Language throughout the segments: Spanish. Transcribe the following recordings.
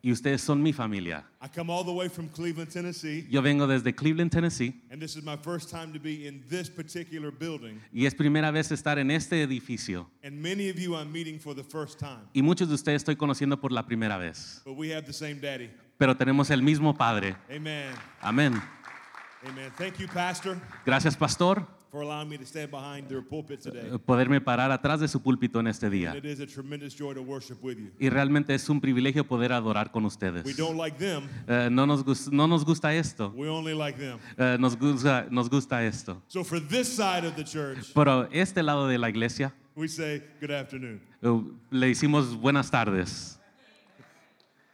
y ustedes son mi familia. I come all the way from Cleveland, Tennessee, Yo vengo desde Cleveland, Tennessee, and this is my first time to be in this particular building. y es primera vez estar en este edificio. And many of you I'm meeting for the first time, Y muchos de ustedes estoy conociendo por la primera vez. but we have the same daddy. Pero tenemos el mismo Padre. Amen. Amén. Amen. Thank you, Pastor, Gracias, pastor, for allowing me to stand behind your pulpit today. eh, poderme parar atrás de su púlpito en este And día. it is a tremendous joy to worship with you. Y realmente es un privilegio poder adorar con We ustedes. don't like them, Eh, no, nos gus- no nos gusta esto. we only like them. Eh, nos, gusta, nos gusta esto. So for this side of the church, Pero este lado de la iglesia we say good afternoon. eh, le hicimos buenas tardes.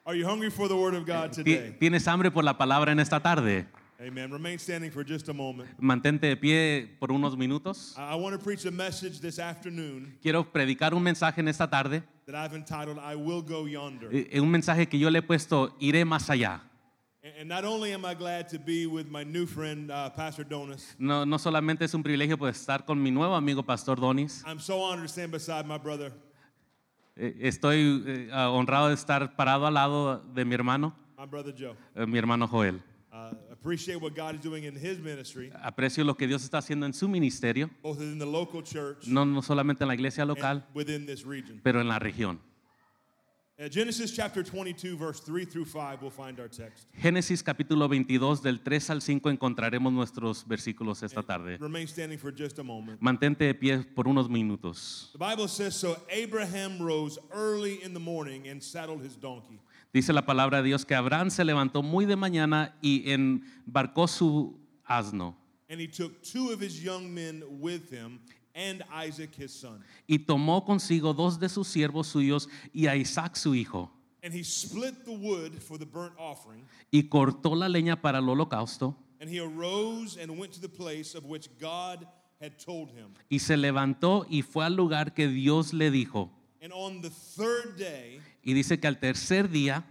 Are you hungry for the word of God Ti- today? ¿Tienes hambre por la palabra en esta tarde? Amen. Remain standing for just a moment. Mantente de pie por unos minutos. I want to preach a message this afternoon Quiero predicar un mensaje en esta tarde, that I've entitled I Will Go Yonder. eh, eh, un mensaje que yo le he puesto Iré más allá. And and not only am I glad to be with my new friend, uh, Pastor Donis, No, no solamente es un privilegio poder estar con mi nuevo amigo Pastor Donis, I'm so honored to stand beside my brother. eh, estoy eh, ah, honrado de estar parado al lado de mi hermano, My brother Joe. eh, mi hermano Joel. Uh, appreciate what God is doing in his ministry, Aprecio lo que Dios está haciendo en su ministerio, both within the local church no, no solamente en la iglesia and local, within this region. pero en la región. Uh, Genesis chapter 22, verse 3 through 5, we'll find our text. Génesis capítulo 22 del 3 al 5 encontraremos nuestros versículos esta tarde. Remain standing for just a moment. Mantente de pie por unos minutos. The Bible says So Abraham rose early in the morning and saddled his donkey. Dice la palabra de Dios que Abraham se levantó muy de mañana y embarcó su asno And he took two of his young men with him and Isaac his son. y tomó consigo dos de sus siervos suyos y a Isaac su hijo And he split the wood for the burnt offering. y cortó la leña para el holocausto And he arose and went to the place of which God had told him. y se levantó y fue al lugar que Dios le dijo. And on the third day, Y dice que al tercer día,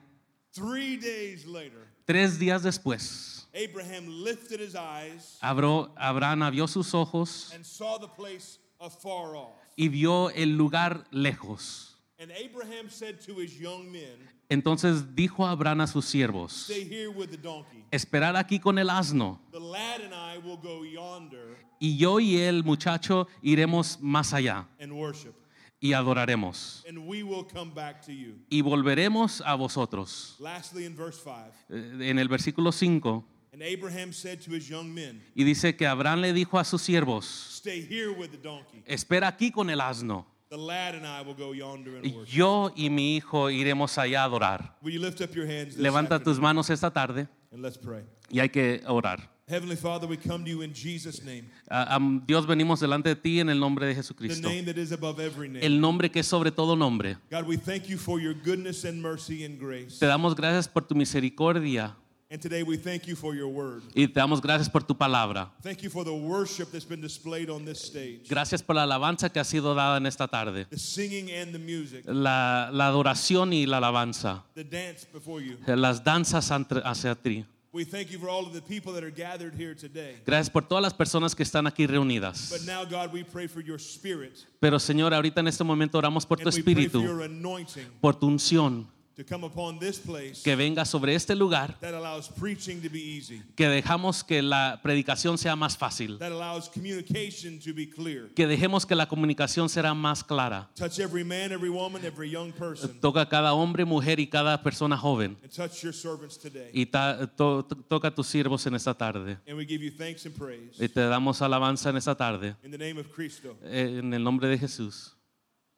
three days later, tres días después, Abraham lifted his eyes Abro- Abraham abrió sus ojos and saw the place afar off. y vio el lugar lejos. And Abraham said to his young men, Entonces dijo Abraham a sus siervos, Stay here with the donkey. esperad aquí con el asno. The lad and I will go yonder Y yo y el muchacho iremos más allá and worship, y adoraremos. and we will come back to you. Y volveremos a vosotros. Lastly, in verse 5, Eh, En el versículo 5, and Abraham said to his young men, y dice que Abraham le dijo a sus siervos, Stay here with the donkey. espera aquí con el asno. The lad and I will go yonder and worship. Yo y mi hijo iremos allá a adorar. Will you lift up your hands? This Levanta afternoon tus manos esta tarde and let's pray. y hay que orar. Heavenly Father, we come to you in Jesus' name, Ah, am- Dios, venimos delante de ti en el nombre de the Jesucristo. name that is above every name. El nombre que es sobre todo nombre. God, we thank you for your goodness and mercy and grace. Te damos gracias por tu misericordia And today we thank you for your word. y te damos gracias por tu palabra. Thank you for the worship that's been displayed on this stage, Gracias por la alabanza que ha sido dada en esta tarde. the singing and the music, La, la adoración y la alabanza. the dance before you. Las danzas ante- hacia ti. We thank you for all of the people that are gathered here today. Gracias por todas las personas que están aquí But reunidas. now, God, we pray for your spirit Pero Señor, ahorita en este momento oramos por tu and we pray for espíritu, your anointing por tu unción, to come upon this place que venga sobre este lugar, that allows preaching to be easy, que dejamos que la predicación sea más fácil, that allows communication to be clear. que dejemos que la comunicación será más clara. Touch every man, every woman, every young person, Toca a cada hombre, mujer y cada persona joven. and touch your servants today. Y ta- to- to- toca a tus siervos en esta tarde. And we give you thanks and praise Y te damos alabanza en esta tarde. in the name of Cristo. Eh, En el nombre de Jesús.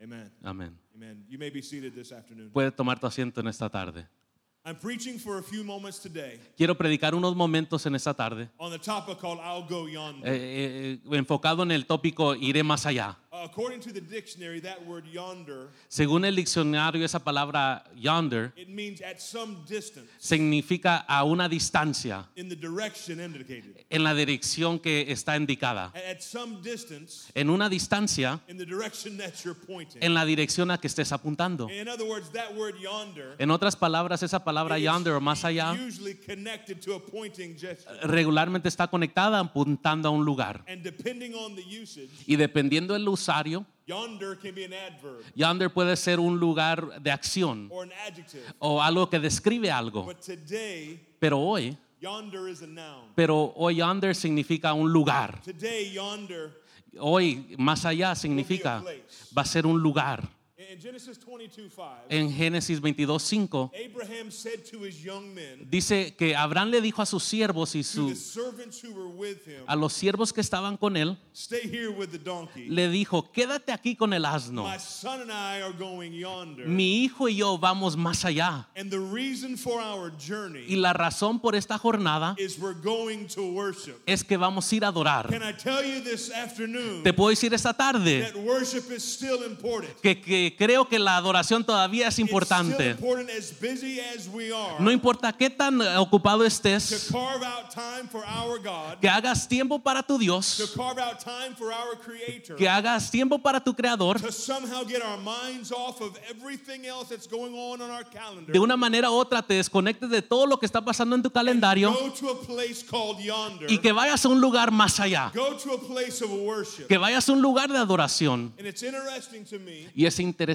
Amen. Amén. Amen. You may be seated this afternoon. Puede tomar tu asiento en esta tarde. I'm preaching for a few moments today Quiero predicar unos momentos en esta tarde, on the topic called I'll Go Yonder. eh, eh, enfocado en el tópico iré más allá. According to the dictionary, that word yonder, Según el diccionario, esa palabra yonder it means at some distance significa a una distancia, in the direction indicated. en la dirección que está indicada. At- At some distance En una distancia, in the direction that you're pointing. en la dirección a que estés apuntando. In other words, that word yonder En otras palabras, esa palabra is yonder o más allá usually connected to a pointing gesture. regularmente está conectada apuntando a un lugar. And depending on the usage, Y dependiendo del necesario. Yonder can be an adverb Yonder puede ser un lugar de acción or an adjective. o algo que describe algo. But today, Pero hoy, yonder is a noun. pero hoy yonder significa un lugar. Today, yonder, Hoy más allá significa va a ser un lugar. in Genesis 22 5, En Génesis 22:5 Abraham said to his young men, dice que Abraham le dijo a sus siervos y to su, the servants who were with him, a los siervos que estaban con él, stay here with the donkey. le dijo, "Quédate aquí con el asno. My son and I are going yonder. Mi hijo y yo vamos más allá." And the reason for our Y journey la razón por esta jornada is we're going to worship. es que vamos a ir a adorar. Can I tell you this afternoon Te puedo decir esta tarde that worship is still important? que, que creo que la adoración todavía es It's still importante. important as busy as we are No importa qué tan eh, ocupado to estés, carve out time for our God, que hagas tiempo para tu to Dios, carve out time for our Creator, que hagas tiempo para tu Creador, to somehow get our minds off of everything else that's going on on our calendar. de una manera u otra te desconectes de todo lo que está pasando en tu and calendario Go to a place called yonder. y que vayas a un lugar más allá, Go to a place of worship. que vayas a un lugar de adoración. And it's interesting to me Y es interesante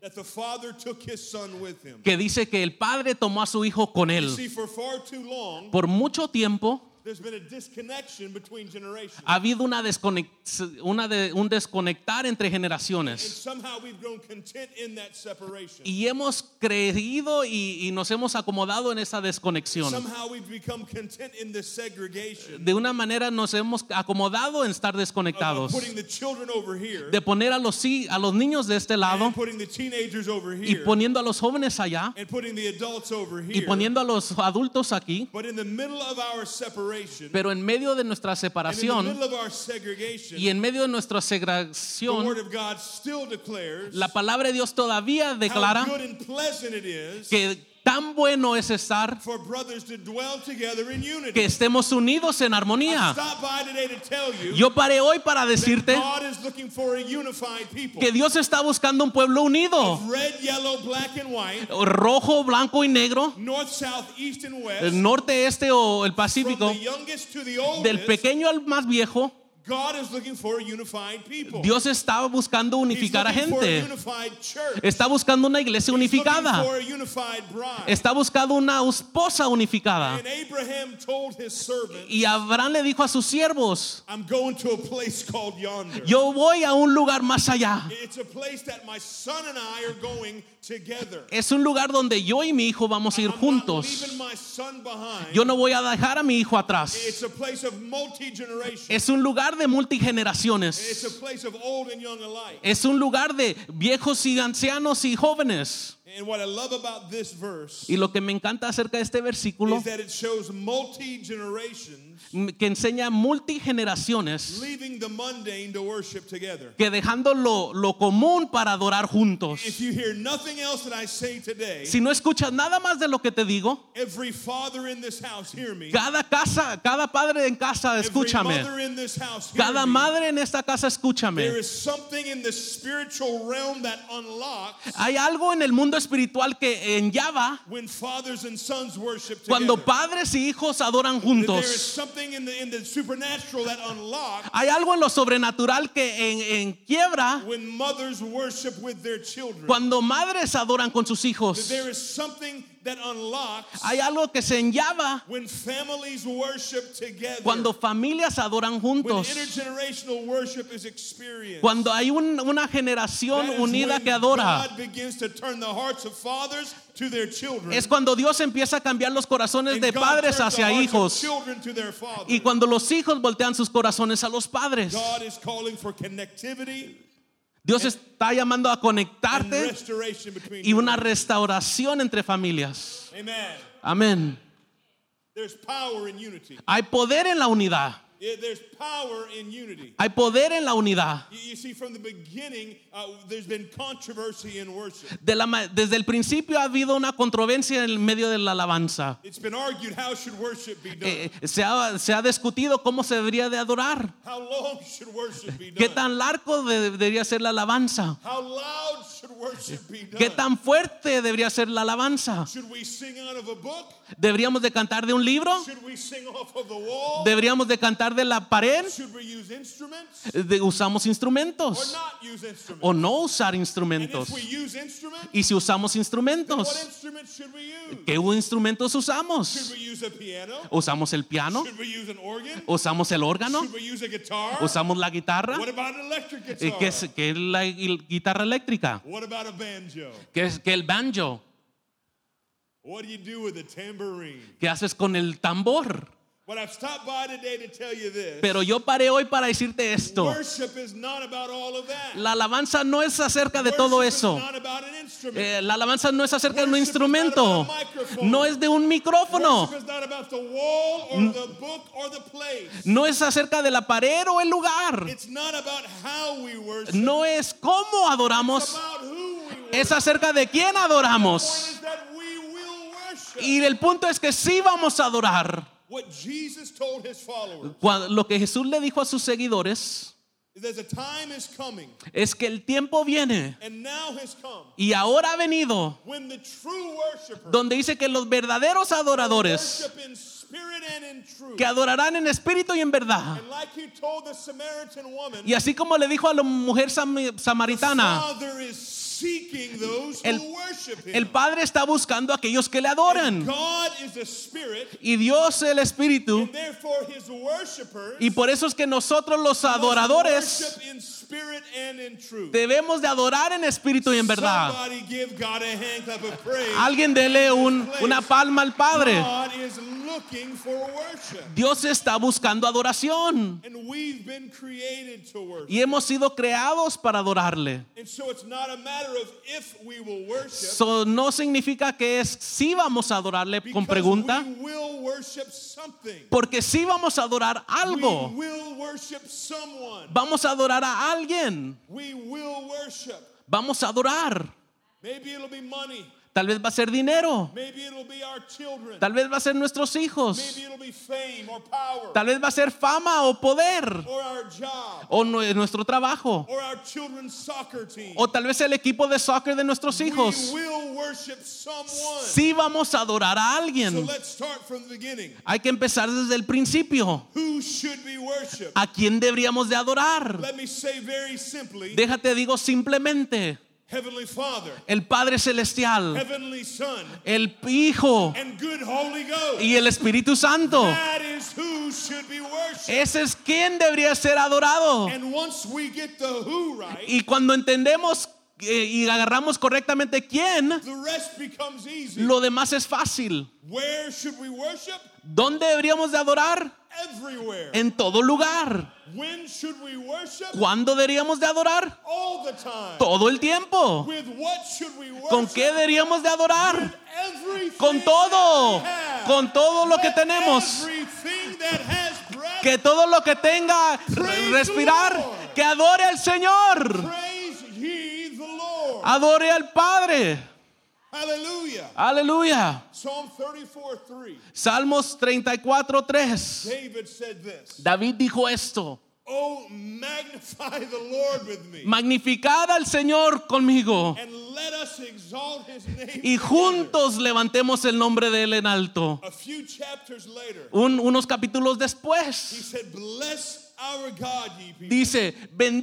that the Father took His Son with Him. que dice que el Padre tomó a su Hijo con You él. see, for far too long, Por mucho tiempo there's been a disconnection between generations. ha habido una desconex- una de- un desconectar entre And generaciones. somehow we've grown content in that separation. Y hemos creído y, y nos hemos acomodado en esa desconexión. Somehow we've become content in this segregation De una manera nos hemos acomodado en estar of desconectados. putting the children over here De poner a los, sí- a los niños de este lado and putting the teenagers over y here poniendo a los jóvenes allá and putting the adults over y here. poniendo a los adultos aquí. But in the middle of our separation Pero en medio de nuestra and in the separación middle of our segregation, y en medio de nuestra the Word segregación, of God still declares la palabra de Dios todavía how declara good and pleasant it is que tan bueno es estar for brothers to dwell together in que unity. estemos unidos en armonía. Stop by today to tell you Yo paré hoy para that decirte God is looking for a unified people. que Dios está buscando un pueblo unido, Red, yellow, black, and white, rojo, blanco y negro, north, south, east, and west. el norte, este o el From Pacífico, the youngest to the del oldest, pequeño al más viejo, God is looking for a unified people. Dios estaba buscando He's unificar a looking for a gente. unified church. Está buscando una iglesia He's looking unificada. for a unified bride. Está buscando una esposa unificada. And Abraham told his servant, Y Abraham le dijo a sus siervos, I'm going to a place called yonder. yo voy a un lugar más allá. It's a place that my son and I are going together. Es un lugar donde yo y mi hijo vamos a ir I'm not juntos. leaving my son behind. Yo no voy a dejar a mi hijo atrás. It's a place of multi-generation. Es un lugar de multigeneraciones. It's a place of old and young alike. Es un lugar de viejos y ancianos y jóvenes. And what I love about this verse Y lo que me encanta acerca de este versículo, is that it shows multi-generations m- que enseña multigeneraciones, leaving the mundane to worship together. que dejando lo, lo común para adorar juntos. If you hear nothing else that I say today, Si no escuchas nada más de lo que te digo, every father in this house, hear me. cada casa, cada padre en casa, Every escúchame. mother in this house, hear Cada me. madre en esta casa, There escúchame. is something in the spiritual realm that unlocks Hay algo en el mundo espiritual que en Java, when fathers and sons worship together. cuando padres y hijos adoran That there is juntos, something in the in the supernatural that unlocks hay algo en lo sobrenatural que en, en quiebra when mothers worship with their children. Cuando madres adoran con sus That hijos, there is something that unlocks hay algo que se enllava when families worship together. cuando familias adoran when juntos, intergenerational worship is experienced. cuando hay un- una That generación is unida when que adora. God begins to turn the hearts of fathers to their children. Es cuando Dios empieza a cambiar los corazones And de God padres turns the hacia hearts of hijos children to their fathers. y cuando los hijos voltean sus corazones a los padres. God is calling for connectivity Dios está llamando a and conectarte restoration between y una them. restauración entre familias. Amen. Amén. There's power in unity. Hay poder en la unidad. Yeah, There's power in unity. Hay poder en la unidad. You, you see, from the beginning, uh, there's been controversy in worship. De la ma- desde el principio ha habido una controversia en el medio de la alabanza. It's been argued how should worship be done? Eh, eh, se, ha, se ha discutido cómo se debería de adorar, how long should worship be qué done? tan largo de- debería ser la alabanza, how loud should worship be done? qué tan fuerte debería ser la alabanza. should we sing out of a book? ¿Deberíamos de cantar de un libro? Should we sing off of the wall? ¿Deberíamos de cantar lugar de la pared, Should we use instruments de- usamos or instrumentos not use instruments? o no usar and if instrumentos. we use instruments, Y si usamos what instrumentos, instruments should we use? ¿qué instrumentos Should usamos? we use a piano? ¿Usamos el piano? Should we use an organ? ¿Usamos el órgano? Should we use a guitar? ¿Usamos la guitarra? What about an electric Eh, guitar? ¿Qué es, qué es la gui- guitarra eléctrica? What about a banjo? ¿Qué es qué el banjo? What do you do with a tambourine? ¿Qué haces con el tambor? But I've stopped by today to tell you this. Pero yo paré hoy para decirte esto. Worship is not about all of that. La alabanza no es acerca de Worship todo is eso. not about an instrument. Eh, la alabanza no es acerca de un Worship is not instrumento. about a microphone. No es de un micrófono. Worship is not about the wall Mm. or the book or the place. No es acerca de la pared o el lugar. It's not about how we worship. No es cómo It's adoramos. about who we worship. Es acerca de quién The point adoramos. is that we will worship. Y el punto es que sí vamos a adorar. What Jesus told his followers Cuando- lo que Jesús le dijo a sus seguidores is that the time is coming, es que el tiempo viene and now has come, y ahora ha venido when the true worshiper donde dice que los verdaderos adoradores worship in spirit and in truth. que adorarán en espíritu y en verdad. And like he told the Samaritan woman, Y así como le dijo a la mujer sam- samaritana, Father is seeking those El- who worship him. el Padre está buscando a aquellos que le And adoran. God is a spirit, Y Dios el Espíritu. and therefore his worshipers Y por eso es que nosotros los must adoradores worship in spirit and in truth. debemos de adorar en espíritu y en verdad. Somebody give God a hand clap of praise. Alguien dele un- una palma al Padre. God is looking for worship. Dios está buscando adoración. And we've been created to worship. Y hemos sido creados para adorarle. And so it's not a matter of if we will worship. So, no significa que es si vamos a adorarle con because pregunta, We will worship something. porque si vamos a adorar We algo, will worship someone. vamos a adorar a alguien, we will worship. vamos a adorar. Maybe it'll be money. Tal vez va a ser dinero, Maybe it'll be our children. tal vez va a ser nuestros hijos, Maybe it'll be fame or power. tal vez va a ser fama o poder or our job. o nue- nuestro trabajo. Or our children's soccer team. O tal vez el equipo de soccer de nuestros hijos. We will worship someone. Si vamos a adorar a So alguien, let's start from the beginning. hay que empezar desde el principio. Who should be worshiped? ¿A quién deberíamos de adorar? Let me say very simply Déjate digo simplemente, Heavenly Father, el Padre Celestial, Heavenly Son, el Hijo and good Holy Ghost. y el Espíritu Santo. That is who should be worshiped. Ese es quien debería ser adorado. And once we get the who right, Y cuando entendemos eh, y agarramos correctamente quién, the rest becomes easy. lo demás es fácil. Where should we worship? ¿Dónde deberíamos de adorar? Everywhere. En todo lugar. When should we worship? ¿Cuándo deberíamos de adorar? All the time. Todo el tiempo. With what should we worship? ¿Con qué deberíamos de adorar? Everything Con todo. that we have. Con todo lo que Let tenemos. everything that has breath Que todo lo que tenga Praise re- the respirar, Lord. que adore al Señor. Praise ye the Lord. Adore al Padre. Hallelujah. Aleluya. Psalm 34 3. Salmos 34, 3. David said this David dijo esto. Oh, magnify the Lord with me, Magnificad al Señor conmigo and let us exalt his name. y together." juntos levantemos el nombre de Él en alto. A few chapters later, Un- unos capítulos he después said, Bless our God, ye people, dice,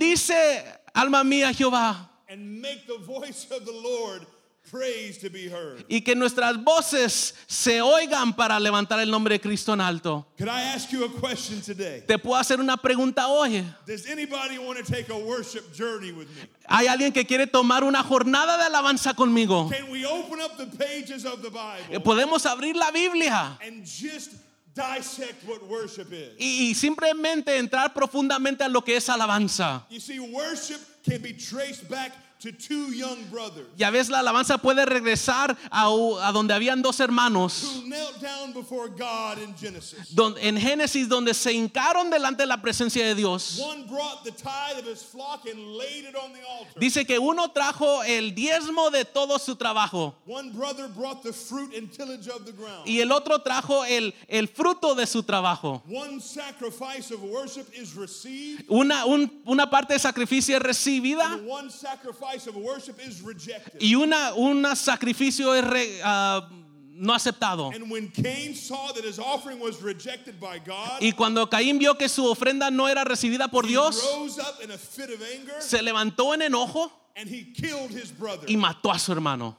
bendice alma mía Jehová and make the voice of the Lord praise to be heard. y que nuestras voces se oigan para levantar el nombre de Cristo en alto. Could I ask you a question today? Te puedo hacer una pregunta hoy. Does anybody want to take a worship journey with me? ¿Hay alguien que quiere tomar una jornada de alabanza conmigo? Can we open up the pages of the Bible? Eh, Podemos abrir la Biblia and just dissect what worship is. y, y simplemente entrar profundamente a lo que es alabanza. You see, worship can be traced back to two young brothers Ya ves, la alabanza puede regresar a, u- a donde habían dos hermanos. who knelt down before God in Genesis. don- en Génesis, donde se hincaron delante de la presencia de Dios. One brought the tithe of his flock and laid it on the altar. Dice que uno trajo el diezmo de todo su trabajo One brother brought the fruit and tillage of the ground. y el otro trajo el, el fruto de su trabajo. One sacrifice of worship is received, Una, un- una parte de sacrificio es recibida and one sacrifice of worship is rejected. y una, una sacrificio es re- ah, no aceptado. And when Cain saw that his offering was rejected by God, Y cuando Caín vio que su ofrenda no era recibida por he Dios, rose up in a fit of anger se levantó en enojo and he killed his brother. y mató a su hermano.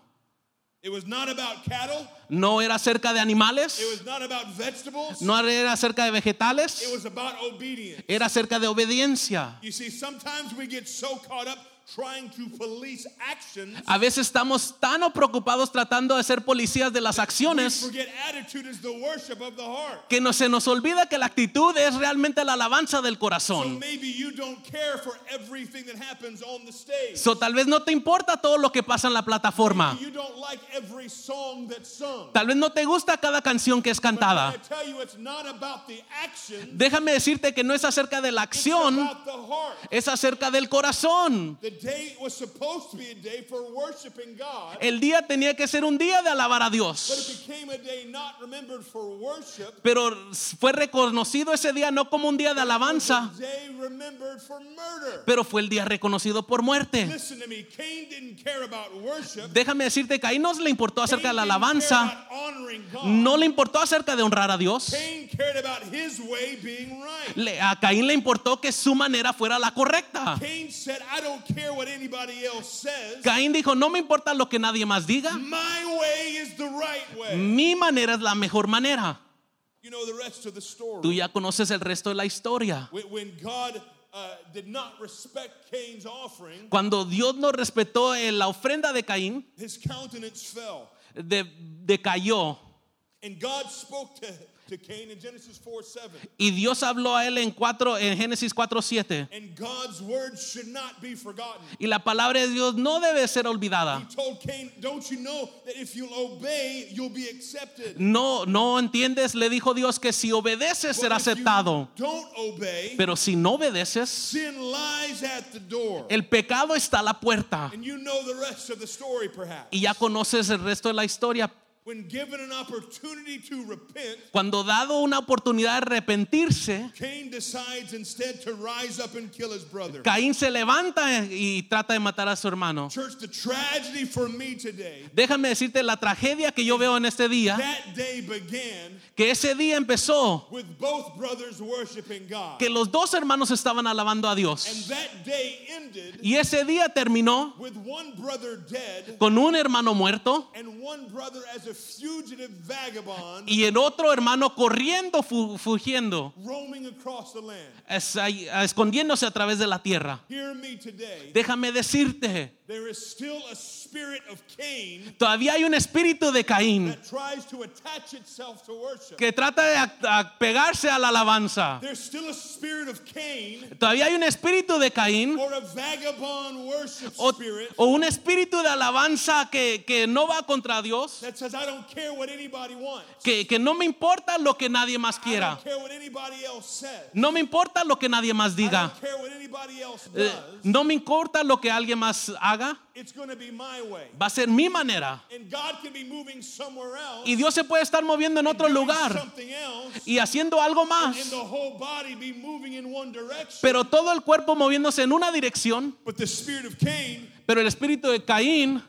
It was not about cattle. No era acerca de It animales, was not about vegetables. no era acerca de vegetales, It was about obedience. era acerca de obediencia. You see, sometimes we get so caught up trying to police actions, A veces estamos tan preocupados tratando de ser policías de las we acciones forget attitude is the worship of the heart. que no, se nos olvida que la actitud es realmente la alabanza del So corazón. maybe you don't care for everything that happens on the stage. So, tal vez no te importa todo lo que pasa en la plataforma. you don't like every song that's sung. Tal vez no te gusta cada canción que es But I cantada. tell you, it's not about the action. Déjame decirte que no es acerca de la It's acción, about the heart. es acerca del corazón. The day was supposed to be a day for worshiping God, El día tenía que ser un día de alabar a but Dios. it became a day not remembered for worship, Pero fue reconocido ese día no como un día de alabanza, a day remembered for murder. pero fue el día reconocido por muerte. Listen to me, Cain didn't care about worship. Déjame decirte que ahí no le importó Cain acerca de la didn't alabanza, care about honoring God. no le importó acerca de honrar a Dios. Cain cared about his way being right. Le- a Caín le importó que su manera fuera la correcta. Cain said, I don't care what anybody else says. Caín dijo, no me importa lo que nadie más diga, My way is the right way. mi manera es la mejor manera. You know the rest of the story. Tú ya conoces el resto de la historia. When- When God uh, did not respect Cain's offering, Cuando Dios no respetó eh, la ofrenda de Caín, his countenance fell. de- decayó. And God spoke to, to Cain in Genesis 4 7. Y Dios habló a él en, cuatro, en Génesis 4.7. And God's word should not be forgotten. Y la palabra de Dios no debe ser He olvidada. told Cain, Don't you know that if you'll obey, you'll be accepted? No, no entiendes, le dijo Dios que si obedeces será But if you aceptado. Don't obey. Pero si no obedeces, Sin lies at the door. el pecado está a la puerta. And you know the rest of the story, perhaps. Y ya conoces el resto de la historia. When given an opportunity to repent, Cuando dado una oportunidad de arrepentirse, Cain decides instead to rise up and kill his brother. Caín se levanta y trata de matar a su hermano. Church, the tragedy for me today, Déjame decirte la tragedia que yo veo en este día, that day began que ese día empezó with both brothers worshiping God. que los dos hermanos estaban alabando a And Dios. that day ended Y ese día terminó with one brother dead con un hermano muerto and one brother as a fugitive vagabond y el otro hermano corriendo, fu- fugiendo, roaming across the land. es- ahí, escondiéndose a través de la tierra. Hear me today. Déjame decirte, There is still a spirit of Cain todavía hay un espíritu de Caín that tries to attach itself to worship. que trata de a- a pegarse a la alabanza. There's still a spirit of Cain Todavía hay un espíritu de Caín or a vagabond worship o, spirit o un espíritu de alabanza que, que no va contra Dios, that says, I don't care what anybody wants. que, que no me importa lo que nadie más I quiera, don't care what anybody else says. no me importa lo que nadie más I diga, don't care what anybody else eh, does. no me importa lo que alguien más haga, It's going to be my way. va a ser mi manera. And God can be moving somewhere else. Y Dios se puede estar moviendo en otro doing lugar something else, y haciendo algo and más, the whole body be moving in one direction. pero todo el cuerpo moviéndose en una dirección, But the spirit of Cain, pero el espíritu de Caín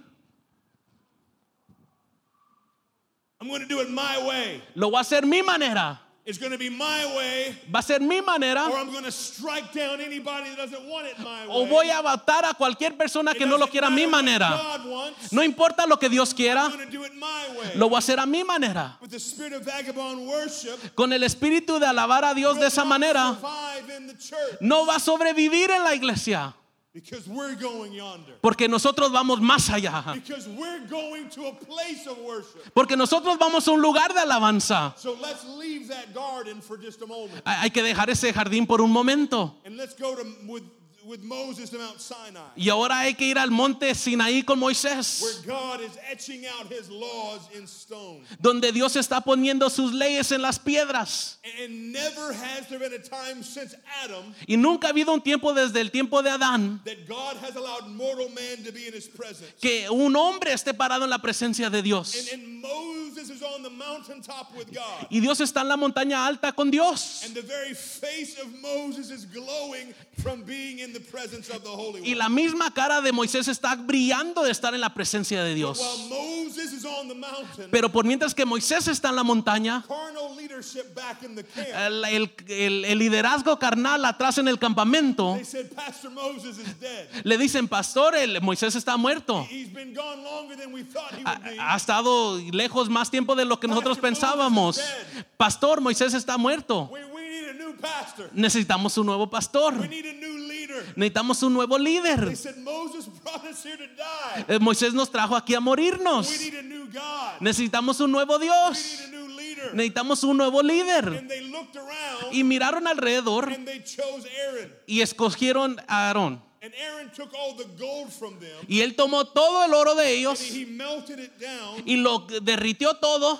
I'm going to do it my way. lo va a hacer mi manera, It's going to be my way, va a ser mi manera. or I'm going to strike down anybody that doesn't want it my way. O voy a matar a cualquier persona It que no lo doesn't quiera a mi matter what manera. God wants. No importa lo que Dios quiera, I'm going to do it my way. lo voy a hacer a mi manera. But the spirit of vagabond worship Con el espíritu de alabar a Dios de will esa not manera, survive in the church no va a sobrevivir en la iglesia, because we're going yonder. porque nosotros vamos más allá, Because we're going to a place of worship. porque nosotros vamos a un lugar de alabanza. So let's leave that garden for just a moment. Hay hay que dejar ese jardín por un momento. And let's go to with, with Moses to Mount Sinai, Y ahora hay que ir al monte Sinaí con where Moisés, God is etching out his laws in stone. donde Dios está poniendo sus leyes en las piedras. And, and never has there been a time since Adam Y nunca ha habido un tiempo desde el tiempo de Adán that God has allowed mortal man to be in his presence. que un hombre esté parado en la presencia de And, Dios. and Moses is on the mountaintop with God. Y Dios está en la montaña alta con Dios. And the very face of Moses is glowing from being in the presence of the Holy Y One. la misma cara de Moisés está brillando de estar en la presencia de Dios. While Moses is is on the mountain, Pero por mientras que Moisés está en la montaña, carnal leadership back in the camp. el, el- el- el liderazgo carnal atrás en el campamento They said, Pastor Moses is dead. le dicen, pastor, el, Moisés está muerto. He's been gone longer than we thought he would be. Ha, ha estado lejos más tiempo de lo que nosotros Pastor, Moses pensábamos. is dead. Pastor, Moisés está muerto. We, we need a new pastor. Necesitamos un nuevo pastor. We need a new leader. Necesitamos un nuevo They líder. said, Moses brought us here to die. Eh, Moisés nos trajo aquí a We morirnos. need a new God. Necesitamos un nuevo We Dios. need a new leader. Necesitamos un nuevo líder. And they looked around Y miraron alrededor and they chose Aaron. y escogieron a Aarón. And Aaron took all the gold from them Y él tomó todo el oro de and ellos he melted it down y lo derritió todo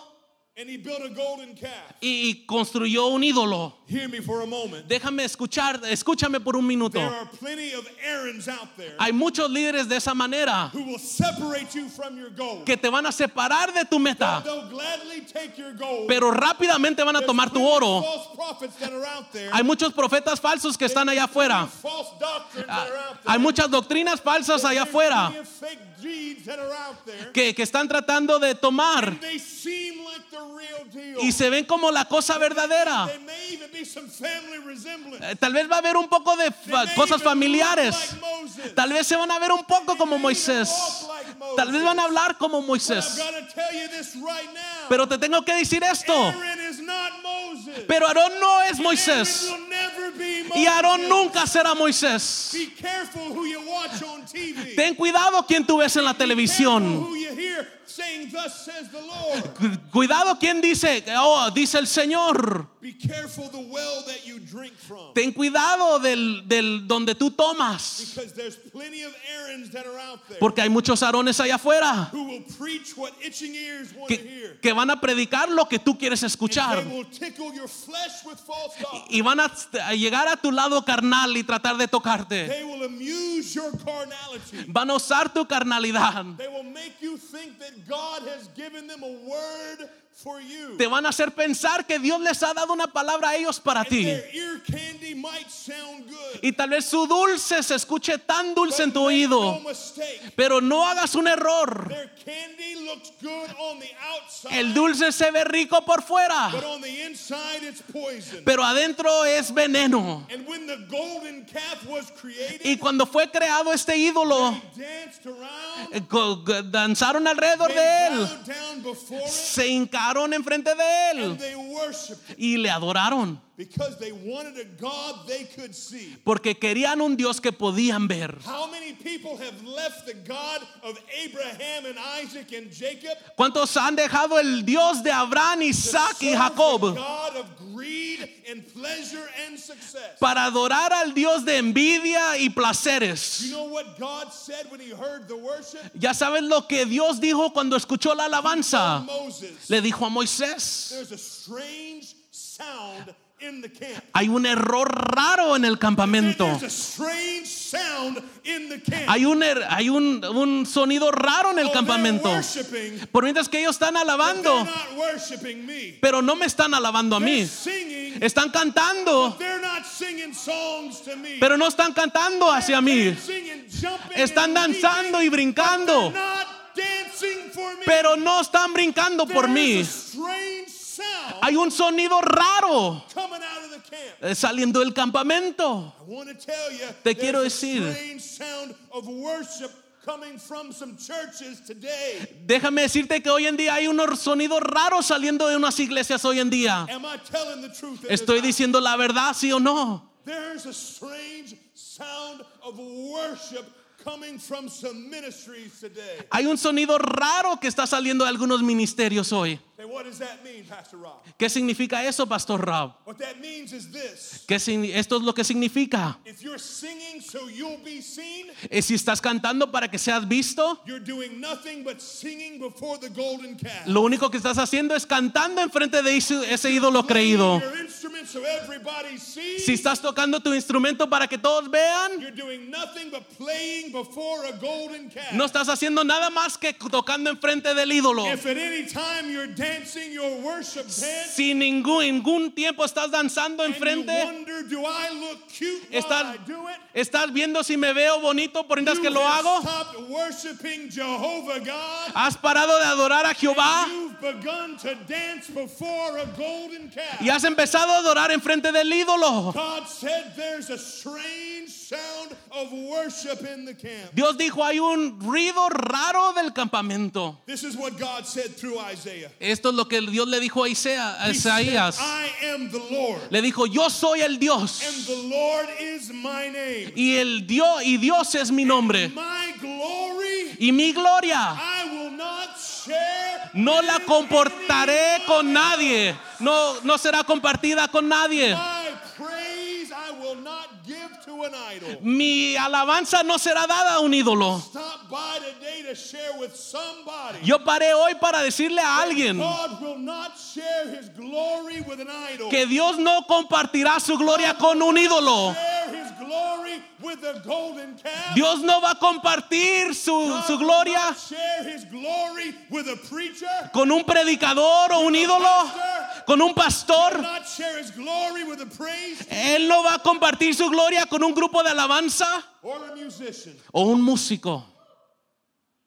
and he built a golden calf. y y construyó un ídolo. Hear me for a moment. Déjame escuchar, escúchame por un minuto. There are plenty of Aarons out there Hay muchos líderes de esa manera who will separate you from your goal. que te van a separar de tu meta, They'll gladly take your goal. pero rápidamente van a There's tomar tu plenty of oro. False prophets that are out there. Hay muchos profetas falsos que están allá afuera. False doctrines that are out there. Hay muchas doctrinas falsas allá There's afuera plenty of fake deeds that are out there. que, que están tratando de tomar And They seem like the real deal. y se ven como la cosa verdadera. There may even be some family resemblance. Eh, Tal vez va a haber un poco de They fa- may cosas even familiares. look like Moses. Tal vez se van a ver un poco como They may Moisés. even walk like Moses. Tal vez van a hablar como But Moisés. I'm going to tell you this right now. Pero te tengo que decir esto. Aaron is not Moses. Pero Aarón no es Moisés. Aaron will never be Moses. Y Aarón nunca será Moisés. Be careful who you watch on TV. Ten cuidado quien tú ves en la Careful televisión. who you hear saying, Thus says the Lord. Cu- Cuidado quien dice, oh, dice el Señor. Be careful the well that you drink from. Ten cuidado del, del donde tú tomas. Because there's plenty of errands that are out there Porque hay muchos Aarones allá afuera who will preach what itching ears want to hear. que, que van a predicar lo que tú quieres escuchar. And they will tickle your flesh with false doctrine. Y van a, a llegar a tu lado carnal y tratar de tocarte. They will amuse your carnality. Van a usar tu carnalidad. They will make you think that God has given them a word for you. Te van a hacer pensar que Dios les ha dado una palabra a ellos para And ti. their ear candy might sound good. Y tal vez su dulce se escuche tan dulce en tu but make oído. No mistake. Pero no hagas un error. Their candy looks good on the outside, El dulce se ve rico por but fuera, on the inside it's poison. pero adentro es veneno. and when the golden calf was created, Y cuando fue creado este ídolo, they danced around, eh, go- go- danzaron alrededor they de él, bowed down before it, se hincaron enfrente de él and they worshiped it y le adoraron because they wanted a God they could see. porque querían un Dios que podían ver. How many people have left the God of Abraham and Isaac and Jacob? ¿Cuántos han dejado el Dios de Abraham, to Isaac y serve The Jacob God of greed and pleasure and success. para adorar al Dios de envidia y You placeres? know what God said when he heard the worship? Ya sabes lo que Dios dijo cuando escuchó la alabanza. Moses. Le dijo a Moisés, There's a strange sound in the camp. Hay un error raro en el campamento. There's a strange sound in the camp. Hay un, er- hay un, un sonido raro en el Oh, campamento. They're worshiping, but Por mientras que ellos están they're alabando, not worshiping me. pero no me están alabando a mí. eh, They're singing. Están cantando, They're not singing songs to me. pero no están cantando hacia mí. They're singing, jumping, Están and danzando y leaping. They're brincando, not dancing for me. pero no están brincando por There mí. is a strange sound Hay un sonido raro coming out of the camp. eh, saliendo del campamento. I want to tell you, Te there's quiero a decir. strange sound of worship coming from some churches today. Déjame decirte que hoy en día hay unos sonidos raros saliendo de unas iglesias hoy en día. Am I telling the truth? in this Estoy hour? diciendo la verdad, sí o no. There's a strange sound of worship coming from some ministries today. Hay un sonido raro que está saliendo de algunos ministerios hoy. And what does that mean, Pastor Rob? ¿Qué significa eso, Pastor Rob? What that means is this. ¿Qué sin- esto es lo que significa. If you're singing so you'll be seen, Eh, si estás cantando para que seas visto, you're doing nothing but singing before the golden calf. lo único que estás haciendo es cantando enfrente de ese, ese ídolo Playing creído. Your instrument instrument so everybody sees. Si estás tocando tu instrumento para que todos vean, You're doing nothing but playing before a golden calf. no estás haciendo nada más que tocando enfrente del ídolo. If at any time you're dancing your worship dance, Si ningún, ningún tiempo estás danzando and you enfrente, wonder, do I look cute while I estás, do it? estás viendo si me veo bonito por mientras you que lo have hago. stopped worshiping Jehovah God. Has parado de adorar a Jehová You've begun to dance before a golden calf. y has empezado a adorar enfrente del ídolo. God said there's a strange sound of worship in the camp. Dios dijo, hay un ruido raro del campamento. This is what God said through Isaiah. Esto es lo que Dios le dijo a Isea- a He said, Isaías. I am the Lord, Le dijo, yo soy el and Dios the Lord is my name. y el Dios y Dios es mi nombre My glory y mi gloria. I will not share. No la with comportaré anyone con else. nadie. No, no será compartida con nadie. My praise I will not give to an idol. Mi alabanza no será dada a un ídolo. Stop by today to share with somebody. Yo paré hoy para decirle a alguien God will not share his glory with an idol. que Dios no compartirá su gloria con un ídolo. share his glory with the golden calf. Dios no va a compartir su, God su will gloria not Share his glory with a preacher. con un predicador o un ídolo, Pastor. con un Will pastor. Not share his glory with a praise Él no va a compartir su gloria con un grupo de alabanza or a musician. o un músico.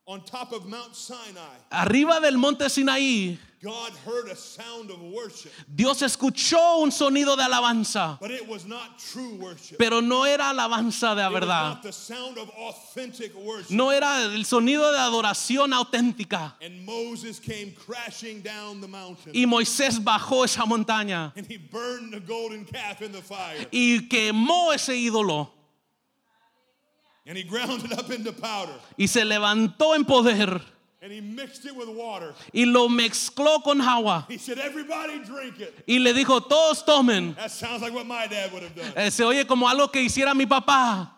On top of Mount Sinai, Arriba del monte Sinaí, God heard a sound of worship, Dios escuchó un sonido de alabanza, but it was not true worship. pero no era alabanza de la It was verdad. not the sound of authentic worship. No era el sonido de adoración auténtica. And Moses came crashing down the mountain. Y Moisés bajó esa montaña and he burned the golden calf in the fire. y quemó ese ídolo And he ground it up into powder. y se levantó en poder And he mixed it with water. y lo mezcló con agua He said, Everybody drink it. y le dijo, todos tomen. That sounds like what my dad would have done. Eh, se oye como algo que hiciera mi papá.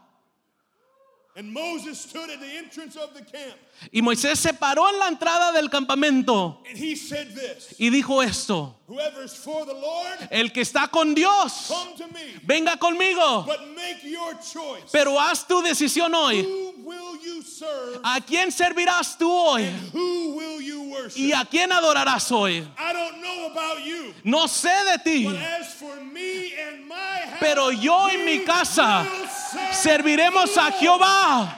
And Moses stood at the entrance of the camp Y Moisés se paró en la entrada del campamento and he said this y dijo esto, Whoever's for the Lord, el que está con Dios, come to me. venga conmigo, But make your choice. pero haz tu decisión hoy. Who will you serve? ¿A quién servirás tú hoy? Who will you ¿Y worship? a quién adorarás hoy? I don't know about you, No sé de ti, but as for me and my house, pero yo en we mi casa will serve serviremos a the Lord. Jehová.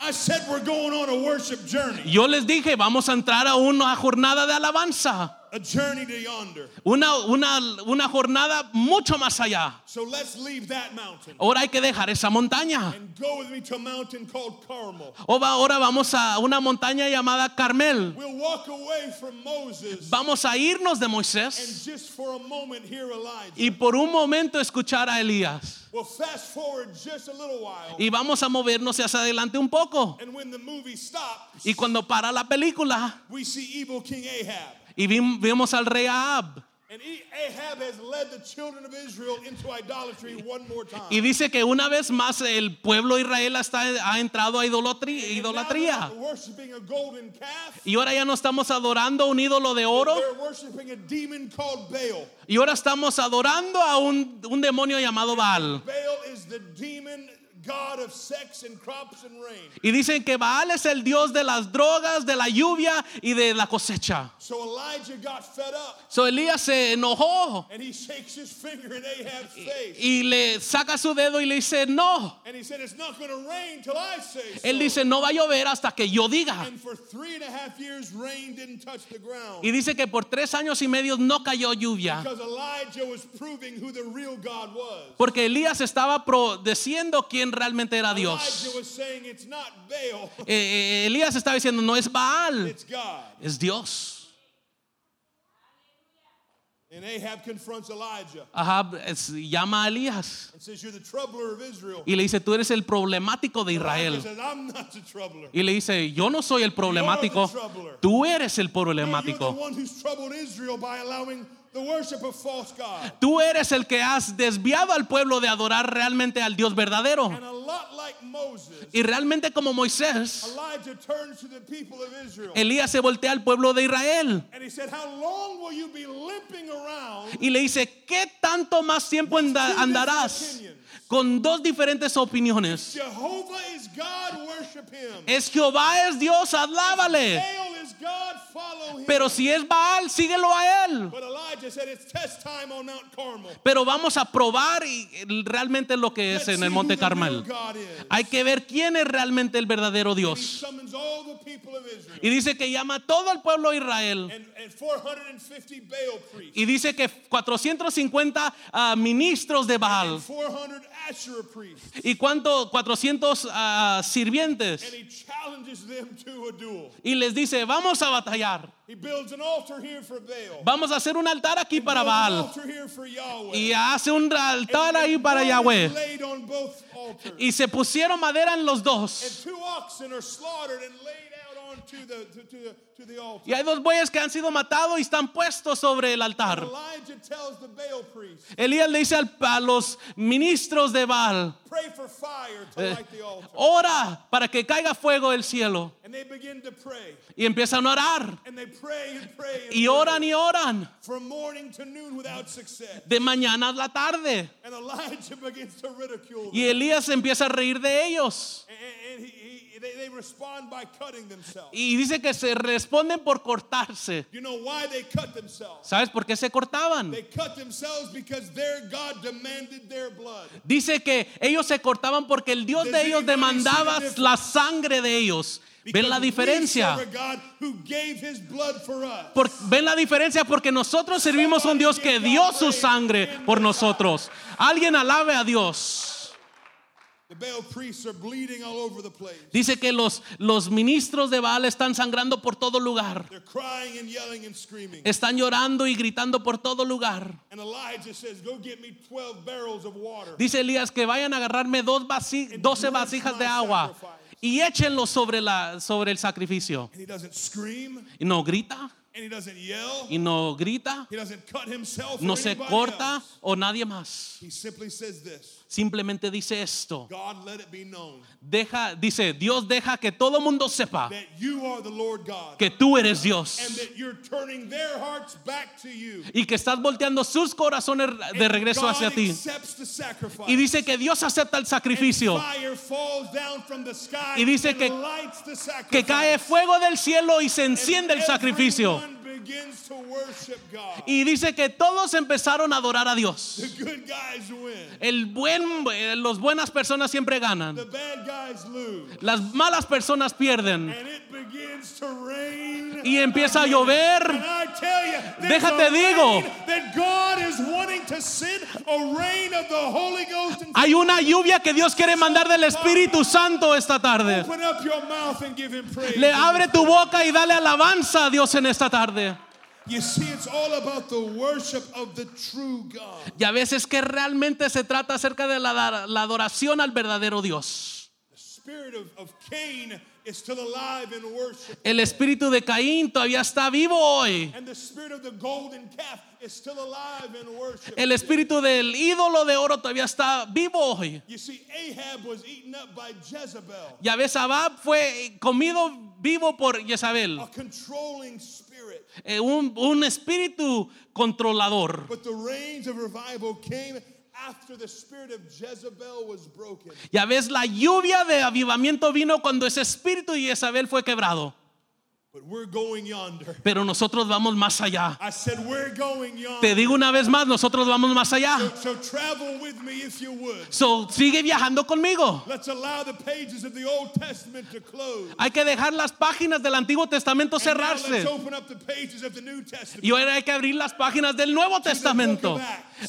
I said we're going on a worship journey, Yo les dije, vamos a entrar a una jornada de alabanza, a journey to yonder. una, una, una jornada mucho más allá. So let's leave that mountain Ahora hay que dejar esa montaña. and go with me to a mountain called Carmel. O va- Ahora vamos a una montaña llamada Carmel. We'll walk away from Moses Vamos a irnos de and Moisés just for a moment hear Elijah. y por un momento escuchar a Elías. We'll fast forward just a little while, Y vamos a movernos hacia adelante un poco. and when the movie stops, Y cuando para la película we see evil King Ahab. y vim- vemos al rey Ahab. And E- Ahab has led the children of Israel into idolatry one more time. Y dice que una vez más el pueblo de Israel está, ha entrado a idolatría, And now idolatría. they're not worshiping a golden calf. Y ahora ya no estamos adorando a un ídolo de oro. They're worshiping a demon called Baal. Y ahora estamos adorando a un, un demonio llamado Baal. Baal is the demon god of sex and crops and rain. Y dicen que Baal es el dios de las drogas, de la lluvia y de la cosecha. So Elijah got fed up So Elías se enojó and he shakes his finger in Ahab's face. y le saca su dedo y le dice, no. And he said, It's not going to rain till I say so. Él dice, no va a llover hasta que yo diga. And for three and a half years, rain didn't touch the Y ground dice que por tres años y medio no cayó lluvia. because Elijah was proving who the real God was. Porque Elías estaba pro- diciendo quién realmente era Dios. Elijah was saying, It's not Baal, Eh, eh, Elías estaba diciendo, no es Baal, it's God. es Dios. And Ahab confronts Elijah Ajá, es- llama a Elías and says, You're the troubler of Israel. y le dice, tú eres el problemático de Elijah Israel. says, I'm not the troubler. Y le dice, yo no soy el problemático, tú eres el No, You're the problemático. one who's troubled Israel by allowing the worship of false God. Tú eres el que has desviado al pueblo de adorar realmente al Dios verdadero. And a lot like Moses, Y realmente como Moisés, Elijah turns to the people of Israel Elías se voltea al pueblo de Israel and he said, How long will you be limping around? y le dice, ¿qué tanto más tiempo anda- andarás con dos diferentes opiniones? Jehovah is God, worship him. Es Jehová es Dios, alábale. Baal is God, follow him. Pero si es Baal, síguelo a él. but Elijah said, It's test time on Mount Carmel. Pero vamos a probar y- eh, realmente lo que Let's es en see el who Monte the real Carmel. God is. Hay que ver quién es realmente el verdadero He Dios. summons all the people of Y Israel dice que llama a todo el pueblo de Israel. and, and 450 Baal priests Y dice que 450 ah, ministros de Baal. and 400 Asherah priests. ¿Y cuánto? 400 ah, And sirvientes. he challenges them to a duel. Y les dice, vamos a batallar. He builds an altar here for Baal. Vamos a hacer un altar aquí para Builds an Baal. altar here for Yahweh. Y hace un altar And- ahí and para blood is Yahweh. E- laid on both altars. Y se pusieron madera en los and dos. two oxen are slaughtered and laid out onto the to, to the to the altar. Y hay dos bueyes que han sido matados y están puestos sobre el altar. Elijah tells the Baal priest, Elías le dice al- a los ministros de Baal, "Pray for fire to Eh. light the altar." ora para que caiga fuego del cielo. And they begin to pray, Y empiezan a orar. and they pray and pray and Y pray. oran y oran. from morning to noon without success. De mañana a la tarde. And Elijah begins to ridicule Y them. Elías empieza a reír de ellos. And, and he, he, they, they respond by cutting themselves. Y dice que se responden por cortarse. You know why they cut themselves? ¿Sabes por qué se cortaban? They cut themselves because their God demanded their blood. Dice que ellos se cortaban porque el Dios de ellos demandaba la sangre de ellos. ¿Ven la Because we serve diferencia? a God who gave his blood for us. Por- ¿Ven la diferencia? Porque nosotros servimos a un Dios que dio su sangre por nosotros. Alguien alabe a Dios. The Baal priests are bleeding all over the place. Dice que los, los ministros de Baal están sangrando por todo lugar. They're crying and yelling and screaming. Están llorando y gritando por todo lugar. And Elijah says, Go get me 12 barrels of water. Dice Elías que vayan a agarrarme dos vasi- 12 vasijas de agua y échenlo sobre, la, sobre el sacrificio. And he doesn't scream, Y no grita, and he doesn't yell, y no grita, he doesn't cut himself. no or se anybody corta else. o nadie más. He simply says this Simplemente dice esto. God, let it be known Deja, dice, Dios deja que todo mundo sepa that you are the Lord God que tú eres and Dios that you're turning their hearts back to you. y que estás volteando sus corazones de And regreso God hacia ti. accepts the sacrifice. Y dice que Dios acepta el sacrificio, Fire falls down from the sky Y dice and que- lights the sacrifice. que cae fuego del cielo y se And enciende el sacrificio. everyone begins to worship God. Y dice que todos empezaron a adorar a Dios. The good guys win. El buen, eh, los buenas personas siempre The ganan. bad guys lose. Las malas personas pierden. And it begins to rain. Y empieza a again. llover. And I tell you, there's Déjate a digo. rain That God is wanting to send a rain of the Holy Ghost and Hay una lluvia que Dios quiere mandar del Espíritu Santo esta tarde. open up your mouth and give him praise. Le abre tu boca y dale alabanza a Dios en esta tarde. You see, it's all about the worship of the true God. Y a veces que realmente se trata acerca de la, la adoración al verdadero Dios. The spirit of, of Cain is still alive in worship. El espíritu de Caín todavía está vivo hoy. And the spirit of the golden calf is still alive in worship. El espíritu del ídolo de oro todavía está vivo hoy. You see, Ahab was eaten up by Jezebel, Y a veces Abab fue comido vivo por Jezabel. a controlling spirit. eh, un, un espíritu controlador. But the rains of revival came after the spirit of Jezebel was broken. Ya ves, la lluvia de avivamiento vino cuando ese espíritu de Isabel fue quebrado. But we're going yonder. Pero nosotros vamos más allá. I said, We're going Te yonder. digo una vez más, nosotros vamos más allá. So travel with me if you would. So, sigue viajando conmigo. Let's allow the pages of the Old Testament to close. Hay que dejar las páginas del Antiguo Testamento And now cerrarse. let's open up the pages of the New Testament. Y ahora hay que abrir las páginas del Nuevo Testamento.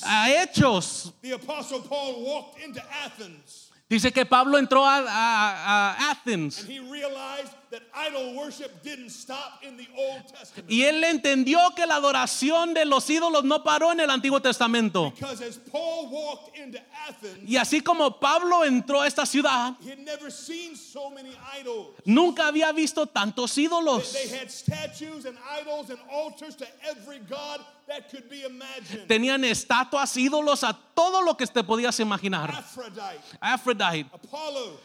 A Hechos. The Apostle Paul walked into Athens Dice que Pablo entró a, a- a and Athens he realized that idol worship didn't stop in the Old Testament. Y él entendió que la adoración de los ídolos no paró en el Antiguo Testamento. Because as Paul walked into Athens, Y así como Pablo entró a esta ciudad, he had never seen so many idols. nunca había visto tantos ídolos. They had statues and idols and altars to every god that could be imagined. Tenían estatuas, ídolos, a todo lo que te podías imaginar. Aphrodite, Aphrodite, Apollo,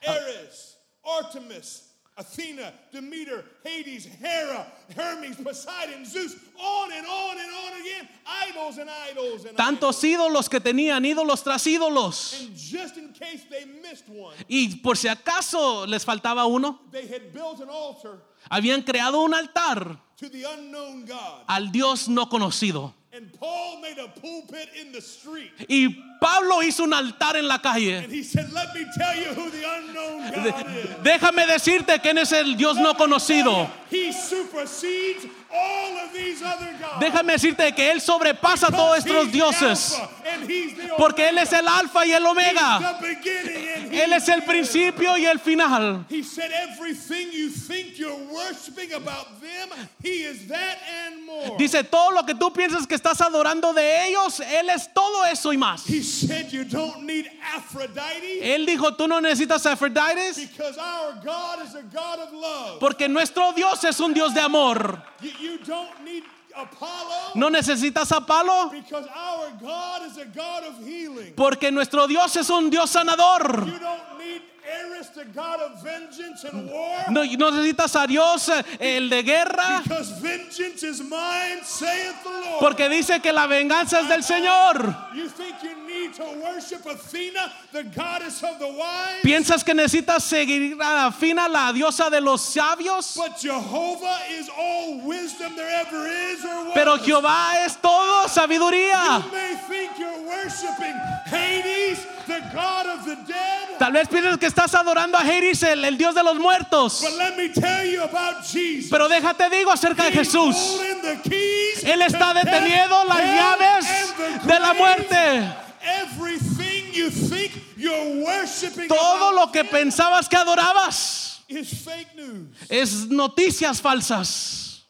Eris, Artemis, Athena, Demeter, Hades, Hera, Hermes, Poseidon, Zeus, on and on and on again. Idols and idols and idols. tantos ídolos que tenían, ídolos tras ídolos. And just in case they missed one, Y por si acaso les faltaba uno, they had built an altar habían creado un altar to the unknown God. al Dios no conocido. And Paul made a pulpit in the street. Y Pablo hizo un altar en la calle. And he said, Let me tell you who the unknown God is. De- déjame decirte quién es el Dios no conocido. He supersedes all of these other gods. Déjame decirte que Él sobrepasa a todos Because estos he's dioses. Alpha and he's the Porque Él Omega. es el alfa y el omega. He's the beginning and Él he's es el the end. principio y el final. He said, Everything you think you're worshiping about them, he is that and more. Dice, todo lo que tú piensas que estás adorando de ellos, Él es todo eso y más. he said, You don't need Aphrodite Él dijo, tú no necesitas a Aphrodite because our God is a God of love. porque nuestro Dios es un Dios de amor. You, you don't need Apollo No necesitas a Palo because our God is a God of healing. porque nuestro Dios es un Dios sanador. You don't need Eris, the God of vengeance and war. No, no necesitas a Dios, eh, el de guerra, Because vengeance is mine, saith the Lord. porque dice que la venganza es del Señor. you think you need to worship Athena, the goddess of the wise? ¿Piensas que necesitas seguir a Fina, la diosa de los sabios? But Jehovah is all wisdom there ever is or was. Pero Jehová es todo sabiduría. you may think you're worshiping Hades, the god of the dead. Tal vez pienses que estás adorando a Hades, el, el dios de los muertos. But let me tell you about Jesus. Pero déjate digo acerca de He's Jesús. holding the keys Él está to death, deteniendo las hell, llaves and the de la grave. muerte. Everything you think you're worshiping Todo about lo que him pensabas que adorabas is fake news. es noticias falsas.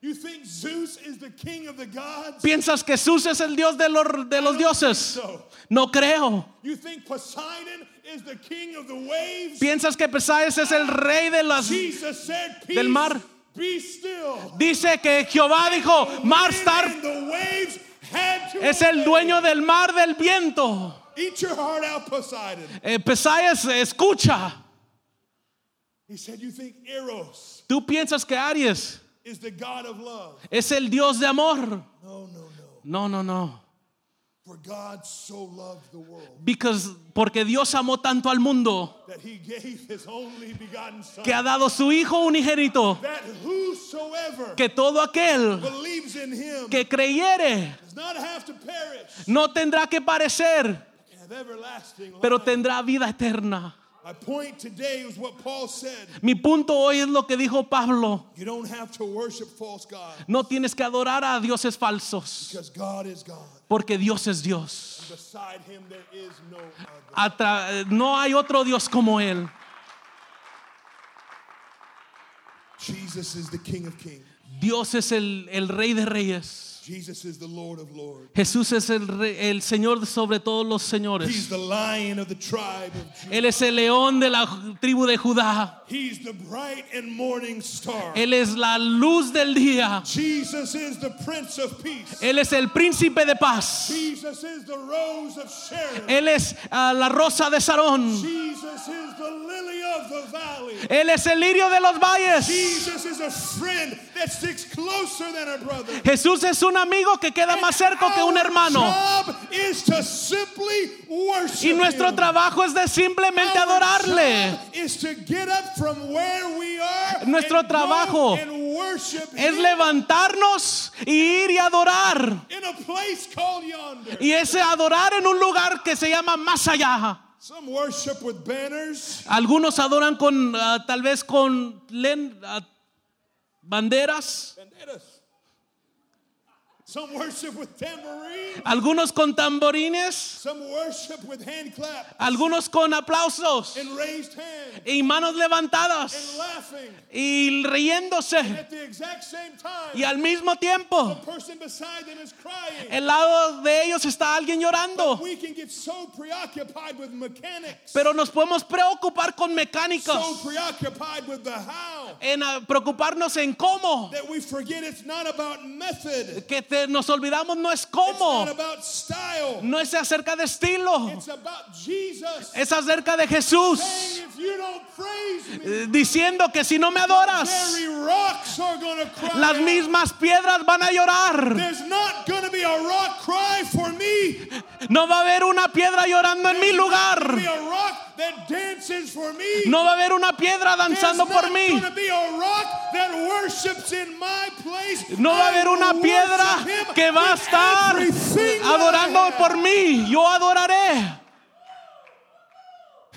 You think Zeus is the king of the gods? ¿Piensas que Jesús es el dios de los, de los dioses? So No creo. you think Poseidon is the king of the waves? ¿Piensas que Pesáez es el rey de las... Jesus said, Peace, Del mar. be still. Dice que Jehová dijo, mar estar And the waves had to es el obey. dueño del mar del viento. Eat your heart out, Poseidon. Eh, Pesáez, escucha. He said, You think Eros Tú piensas que Aries is the god of love? es el Dios de amor. No, no, no. No, no, no. For God so loved the world Because, porque Dios amó tanto al mundo that he gave his only begotten son. que ha dado su Hijo unigénito. That whosoever Que todo aquel believes in him que creyere does not have to perish. no tendrá que parecer, have everlasting life. pero tendrá vida eterna. My point today is what Paul said. Mi punto hoy es lo que dijo Pablo. You don't have to worship false gods No tienes que adorar a dioses falsos, because God is God. porque Dios es Dios. Beside him there is no other. Atra- no hay otro Dios como Él. Jesus is the King of Kings. Dios es el, el Rey de Reyes. Jesus is the Lord of Lords. Jesús es el, re- el Señor sobre todos los He's señores. the lion of the tribe of Judah. Él es el león de la ju- tribu de Judá. He's the bright and morning star. Él es la luz del día. Jesus is the Prince of Peace. Él es el príncipe de paz. Jesus is the rose of Sharon. Él es ah, la rosa de Sarón. Jesus is the lily of the valley. Él es el lirio de los valles. Jesus is a friend that sticks closer than a brother. Jesús es un amigo que queda más cerca que un Our hermano. job is to simply worship Y nuestro him. trabajo es de simplemente Our adorarle. job is to get up from where we are Nuestro and go trabajo and worship Es him levantarnos y ir y adorar. in a place called yonder. Y ese adorar en un lugar que se llama más allá. Some worship with banners. Algunos adoran con ah, tal vez con len- ah, banderas Banderas. Some worship with tambourine, algunos con tamborines, some worship with hand clap algunos con aplausos and raised hand y manos and levantadas laughing. y riéndose. At the exact same time, Y al mismo the tiempo, person beside them is crying. el lado de ellos está alguien llorando. we can get so preoccupied with mechanics, Pero nos podemos preocupar con so mecánicos, preoccupied with the how, en ah, preocuparnos en cómo, that we forget it's not about method, que te- nos olvidamos no es it's not cómo, about style, no es acerca de estilo, it's about Jesus. es acerca de Jesús, saying, if you don't praise me, eh, diciendo que si no me adoras, very rocks are going to cry. las out. mismas piedras van a llorar. There's not going to be a rock cry for me. No va a haber una piedra llorando en mi There's lugar. not gonna be a rock that dances for me. No va a haber una piedra danzando por mí. There's not gonna be a rock that worships in my place. No va a I haber una will piedra worship him que va a with estar everything that I adorando have. por mí. Yo adoraré.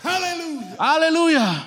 Hallelujah. Aleluya.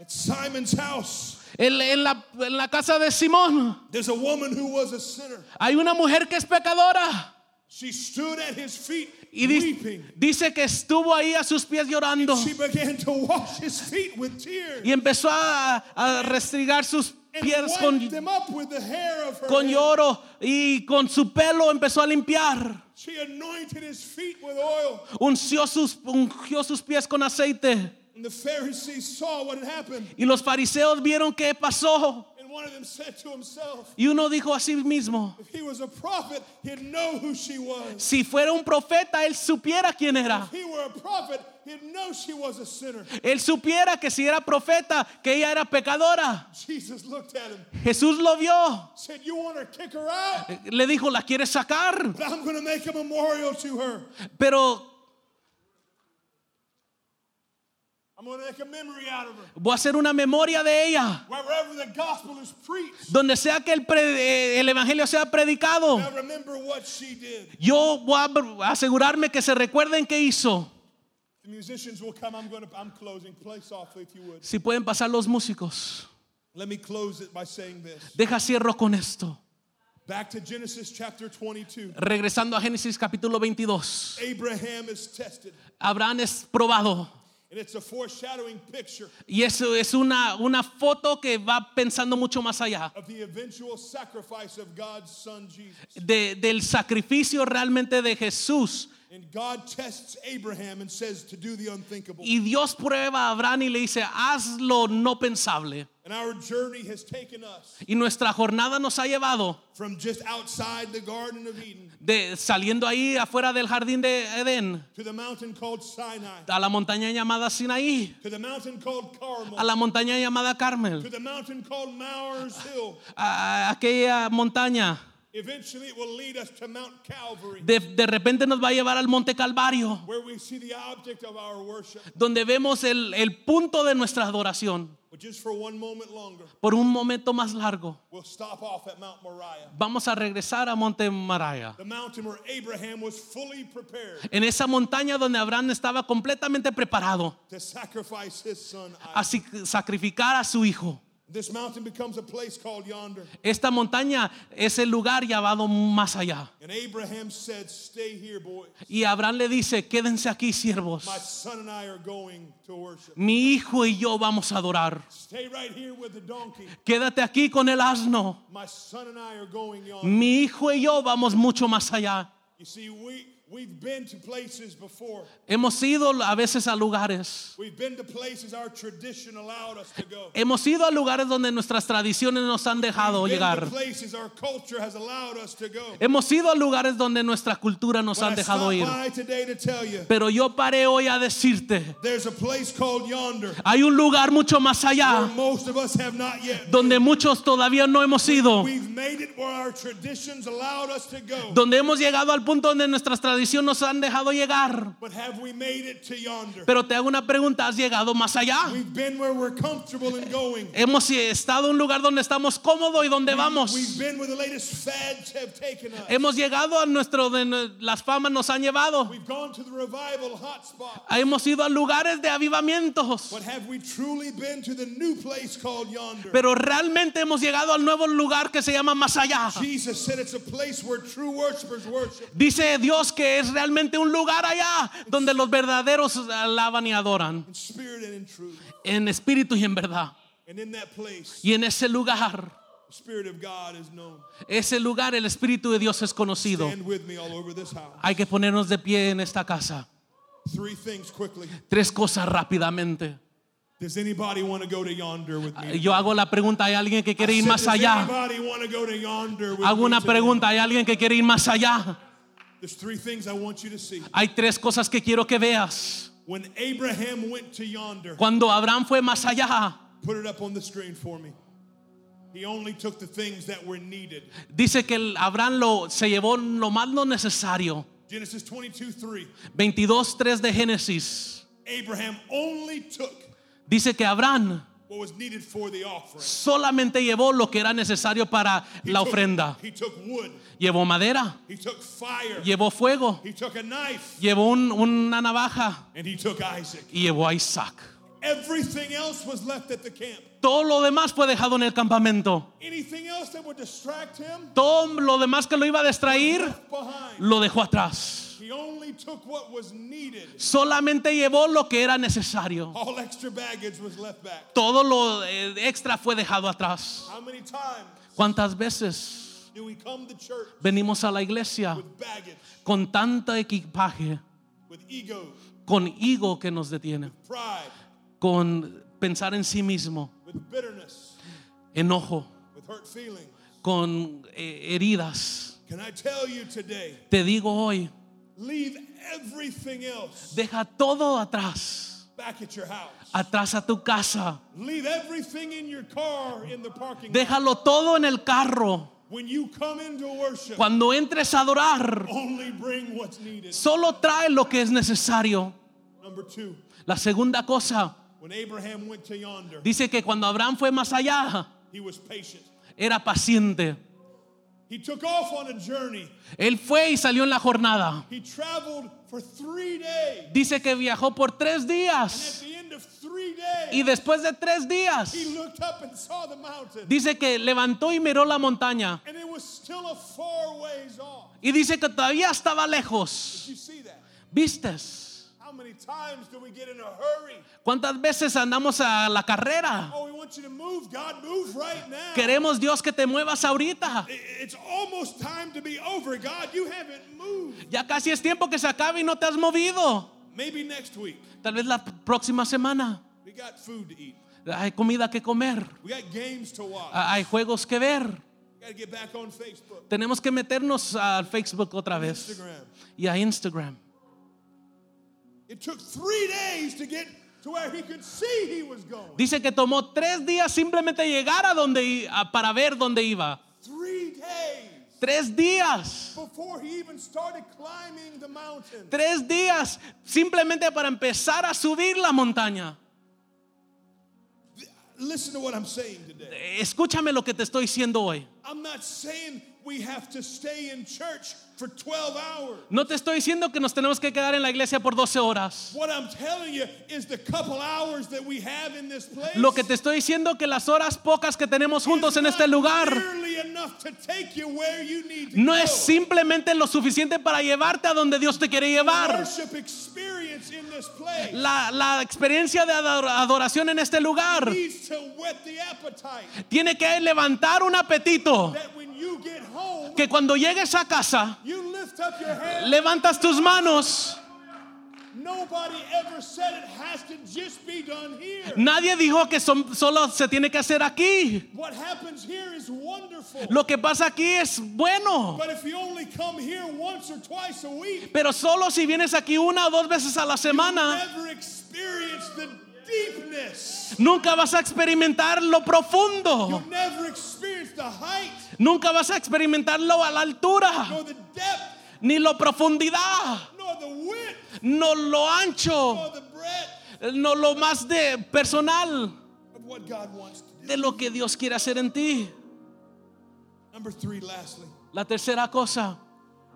At Simon's house, En, en la, en la casa de Simón there's a woman who was a sinner. hay una mujer que es pecadora She stood at his feet y di- weeping. dice que estuvo ahí a sus pies llorando She began to wash his feet with tears y empezó a, a restregar sus and pies wiped con, them up with the hair of her con head. lloro y con su pelo empezó a limpiar. She anointed his feet with oil, Unció sus, ungió sus pies con aceite and the Pharisees saw what had happened. y los fariseos vieron qué pasó. And one of them said to himself, Y uno dijo a sí mismo, If he was a prophet, he'd know who she was. si fuera un profeta, él supiera quién era. If he were a prophet, he'd know she was a sinner. Él supiera que si era profeta, que ella era pecadora. Jesus looked at him, Jesús lo vio. said, You want to kick her out? Le dijo, la quieres sacar, But I'm going to make a memorial to her. pero I'm going to make a memory out of her. voy a hacer una memoria de ella. Wherever the gospel is preached, Donde sea que el, pre- eh, el evangelio sea predicado, I remember what she did. yo voy a br- asegurarme que se recuerden qué hizo. The musicians will come. I'm going to. I'm closing. Play softly, if you would. Si pueden pasar los músicos. Let me close it by saying this. Deja cierro con esto. Back to Genesis chapter 22. Regresando a Génesis capítulo 22. Abraham is tested, Abraham es probado. and it's a foreshadowing picture Y eso es una, una foto que va pensando mucho más allá of the eventual sacrifice of God's Son Jesus. de- del sacrificio realmente de Jesús. And God tests Abraham and says to do the unthinkable. Y Dios prueba a Abraham y le dice, hazlo no pensable. And our journey has taken us Y nuestra jornada nos ha llevado from just outside the Garden of Eden de saliendo ahí afuera del jardín de Edén, to the mountain called Sinai, a la montaña llamada Sinaí, to the mountain called a Carmel, la montaña llamada to Carmel, the mountain called Mowers Hill. a, a aquella montaña. Eventually, it will lead us to Mount Calvary, De, de repente nos va a llevar al Monte Calvario, where we see the object of our worship. donde vemos el- el punto de nuestra adoración. But just for one moment longer, Por un momento más largo, we'll stop off at Mount Moriah, vamos a regresar a Monte Maraya. the mountain where Abraham was fully prepared En esa montaña donde Abraham estaba completamente preparado to sacrifice his son a Isaac. si- sacrificar a su hijo. This mountain becomes a place called yonder. Esta montaña es el lugar llamado más allá. And Abraham said, Stay here, boy. Y Abraham le dice, quédense aquí siervos. My son and I are going to worship. Mi hijo y yo vamos a adorar. Stay right here with the donkey. Quédate aquí con el asno. My son and I are going yonder. Mi hijo y yo vamos mucho más allá. You see, we, we've been to places before. Hemos ido a veces a lugares. We've been to places our tradition allowed us to go. Hemos ido a lugares donde nuestras tradiciones nos han dejado We've been to llegar. places our culture has allowed us to go. Hemos ido a lugares donde nuestra cultura nos But han I dejado stopped ir. by today to tell you Pero yo paré hoy a decirte, there's a place called yonder hay un lugar mucho más where allá most of us have not yet. donde muchos todavía no hemos ido, We've made it where our traditions allowed us to go. donde hemos llegado al punto donde nuestras tradición nos han dejado llegar. But have we made it to yonder? Pero te hago una pregunta, ¿has llegado más allá? We've been where we're comfortable in going. Hemos estado en un lugar donde estamos cómodos y donde We've vamos. been where the latest fads have taken us. Hemos llegado a nuestro, de- las famas nos han llevado. We've gone to the revival hotspot. Hemos ido a lugares de avivamientos. But have we truly been to the new place called yonder? Pero realmente hemos llegado al nuevo lugar que se llama más allá. Jesus said it's a place where true worshipers worship. Dice Dios que es realmente un lugar allá donde los verdaderos alaban y adoran. in spirit and in truth. En espíritu y en verdad. And in that place, Y en ese lugar, the Spirit of God is known. ese lugar, el Espíritu de Dios es conocido. Stand with me all over this house. Hay que ponernos de pie en esta casa. Three things quickly. Tres cosas rápidamente. Does anybody want to go to yonder with me? Yo hago la pregunta, ¿hay alguien que quiere ir más allá? Does anybody want to go to yonder with Hago me una today? pregunta, ¿hay alguien que quiere ir más allá? There's three things I want you to see. Hay tres cosas que quiero que veas. When Abraham went to yonder, Cuando Abraham fue más allá, put it up on the screen for me. He only took the things that were needed. dice que el Abraham lo, se llevó lo más lo necesario. Genesis 22 3. 22.3 de Génesis. Abraham only took Dice que Abraham what was needed for the offering. solamente llevó lo que era necesario para He la took- ofrenda. He took wood. Llevó madera, He took fire. llevó fuego, He took a knife llevó un- una navaja and he took Isaac. y llevó a Isaac. Everything else was left at the camp. Todo lo demás fue dejado en el campamento. Anything else that would distract him, Todo lo demás que lo iba a distraer left behind. lo dejó atrás. He only took what was needed. Solamente llevó lo que era necesario. All extra baggage was left back. Todo lo eh, extra fue dejado atrás. How many times ¿Cuántas veces do we come to church venimos a la iglesia with baggage, con tanto equipaje, with ego, con ego que nos detiene, pride, con pensar en sí mismo, with bitterness, enojo, with hurt feelings? con eh, heridas? Can I tell you today, Te digo hoy, leave everything else deja todo atrás, back at your house. atrás a tu casa, Leave everything in your car in the parking lot. déjalo todo en el carro. When you come into worship, Cuando entres a adorar, only bring what's needed. solo trae lo que es necesario. Number two, La segunda cosa, when Abraham went to yonder, dice que cuando Abraham fue más allá, he was patient. era paciente. He took off on a journey. Él fue y salió en la jornada. He traveled for three days. Dice que viajó por tres And at días. the end of three Y days, después de tres días, he looked up and saw the mountain. dice que levantó y miró la montaña. And it was still a far ways off. Y dice que todavía estaba lejos. Did you see that? ¿Vistes? How many times do we get in a hurry? ¿Cuántas veces andamos a la carrera? Oh, we want you to move. God, move right now. Queremos Dios que te muevas ahorita. I- It's almost time to be over. God, you haven't moved. Ya casi es tiempo que se acabe y no te has movido. Maybe next week. Tal vez la p- próxima semana. We got food to eat. Hay comida que comer. We got games to watch. Ah, Hay juegos que ver. We got to get back on Facebook, Tenemos que meternos al Facebook otra vez Instagram. y a Instagram. It took three days to get to where he could see he was going. Dice que tomó tres días simplemente llegar a donde i- a- para ver dónde iba. Three days Tres días. before he even started climbing the mountain. Tres días simplemente para empezar a subir la montaña. Listen to what I'm saying today. Eh, Escúchame lo que te estoy diciendo hoy. I'm not saying we have to stay in church for 12 hours. No te estoy diciendo que nos tenemos que quedar en la iglesia por 12 horas. What I'm telling you is the couple hours that we have in this place. Lo que te estoy diciendo que las horas pocas que tenemos juntos is en este not lugar nearly enough to take you where you need to no go. es simplemente lo suficiente para llevarte a donde Dios te quiere llevar. worship experience in this place La, la experiencia de ador- adoración en este lugar needs to whet the appetite tiene que levantar un apetito. that when you get home, Que cuando llegues a casa, you lift up your hand. levantas tus manos. Nobody ever said it has to just be done here. Nadie dijo que son- solo se tiene que hacer aquí. What happens here is wonderful. Lo que pasa aquí es bueno. But if you only come here once or twice a week, Pero solo si vienes aquí una o dos veces a la semana. never experience the deepness. Nunca vas a experimentar lo You'll profundo. never experience the height Nunca vas a experimentarlo a la altura. nor the depth ni la profundidad, nor the width, no lo ancho, nor the breadth no lo más de personal of what God wants to do. de lo que Dios quiere hacer en ti. Number three, lastly, La tercera cosa,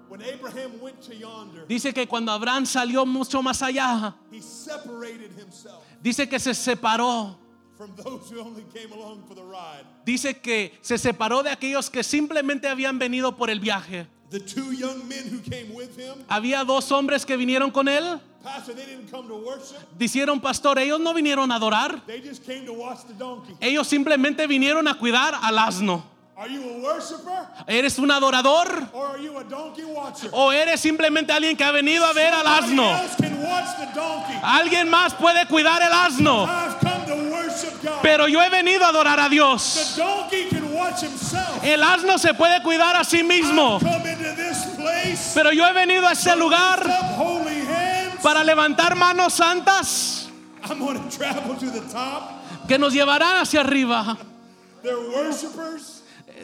when Abraham went to yonder, dice que cuando Abraham salió mucho más allá, he separated himself dice que se separó, from those who only came along for the ride. dice que se separó de aquellos que simplemente habían venido por el viaje. The two young men who came with him, Había dos hombres que vinieron con él. Pastor, they didn't come to worship. Dijeron, pastor, ellos no vinieron a adorar. They just came to watch the donkey. Ellos simplemente vinieron a cuidar al asno. Are you a worshiper ¿Eres un adorador? or are you a donkey watcher? ¿O eres simplemente alguien que ha venido a ver al asno? else can watch the donkey. Alguien más puede cuidar el asno. I've come to worship God. Pero yo he venido a adorar a the Dios. donkey can watch himself. El asno se puede cuidar a sí mismo. I've come into this place. Pero yo he venido a este lift lugar up holy hands. para levantar manos santas I'm going to travel to the top. que nos llevarán hacia arriba. They're worshipers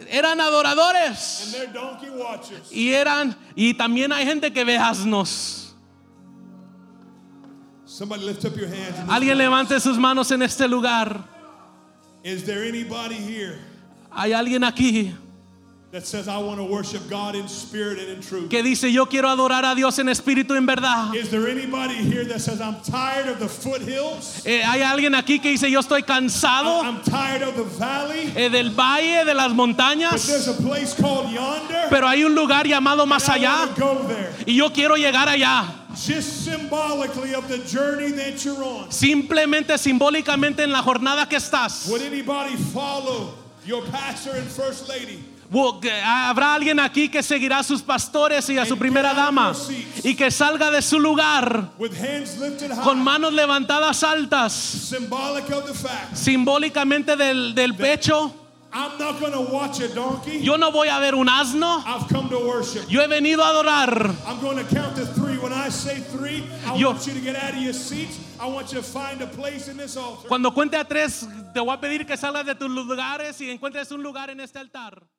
Eran adoradores. and they're donkey watchers. Y eran, y también hay gente que ve asnos. Somebody lift up your hands. in this Alguien place. levante sus manos en este lugar. Is there anybody here Hay alguien aquí that says, I want to worship God in spirit and in truth? que dice, yo quiero adorar a Dios en espíritu y en verdad. Is there anybody here that says, I'm tired of the foothills? Eh, hay alguien aquí que dice, yo estoy cansado I'm tired of the valley? eh, del valle, de las But there's montañas, a place called yonder. pero hay un lugar llamado más I allá wanna Go there. y yo quiero llegar allá. Just symbolically of the journey that you're on. Simplemente, simbólicamente en la jornada que estás. Would anybody follow your pastor and first lady? Bu- que Habrá alguien aquí que seguirá a sus pastores y a su primera dama y que salga de su lugar With hands lifted high, con manos levantadas altas, symbolic of the fact, simbólicamente del, del pecho. I'm not going to watch a donkey. Yo no voy a ver un asno, I've come to worship. yo he venido a adorar. I'm going to count to three. When I say three, I Yo- want you to get out of your seats. I want you to find a place in this altar. Cuando cuente a tres, te voy a pedir que salgas de tus lugares y encuentres un lugar en este altar.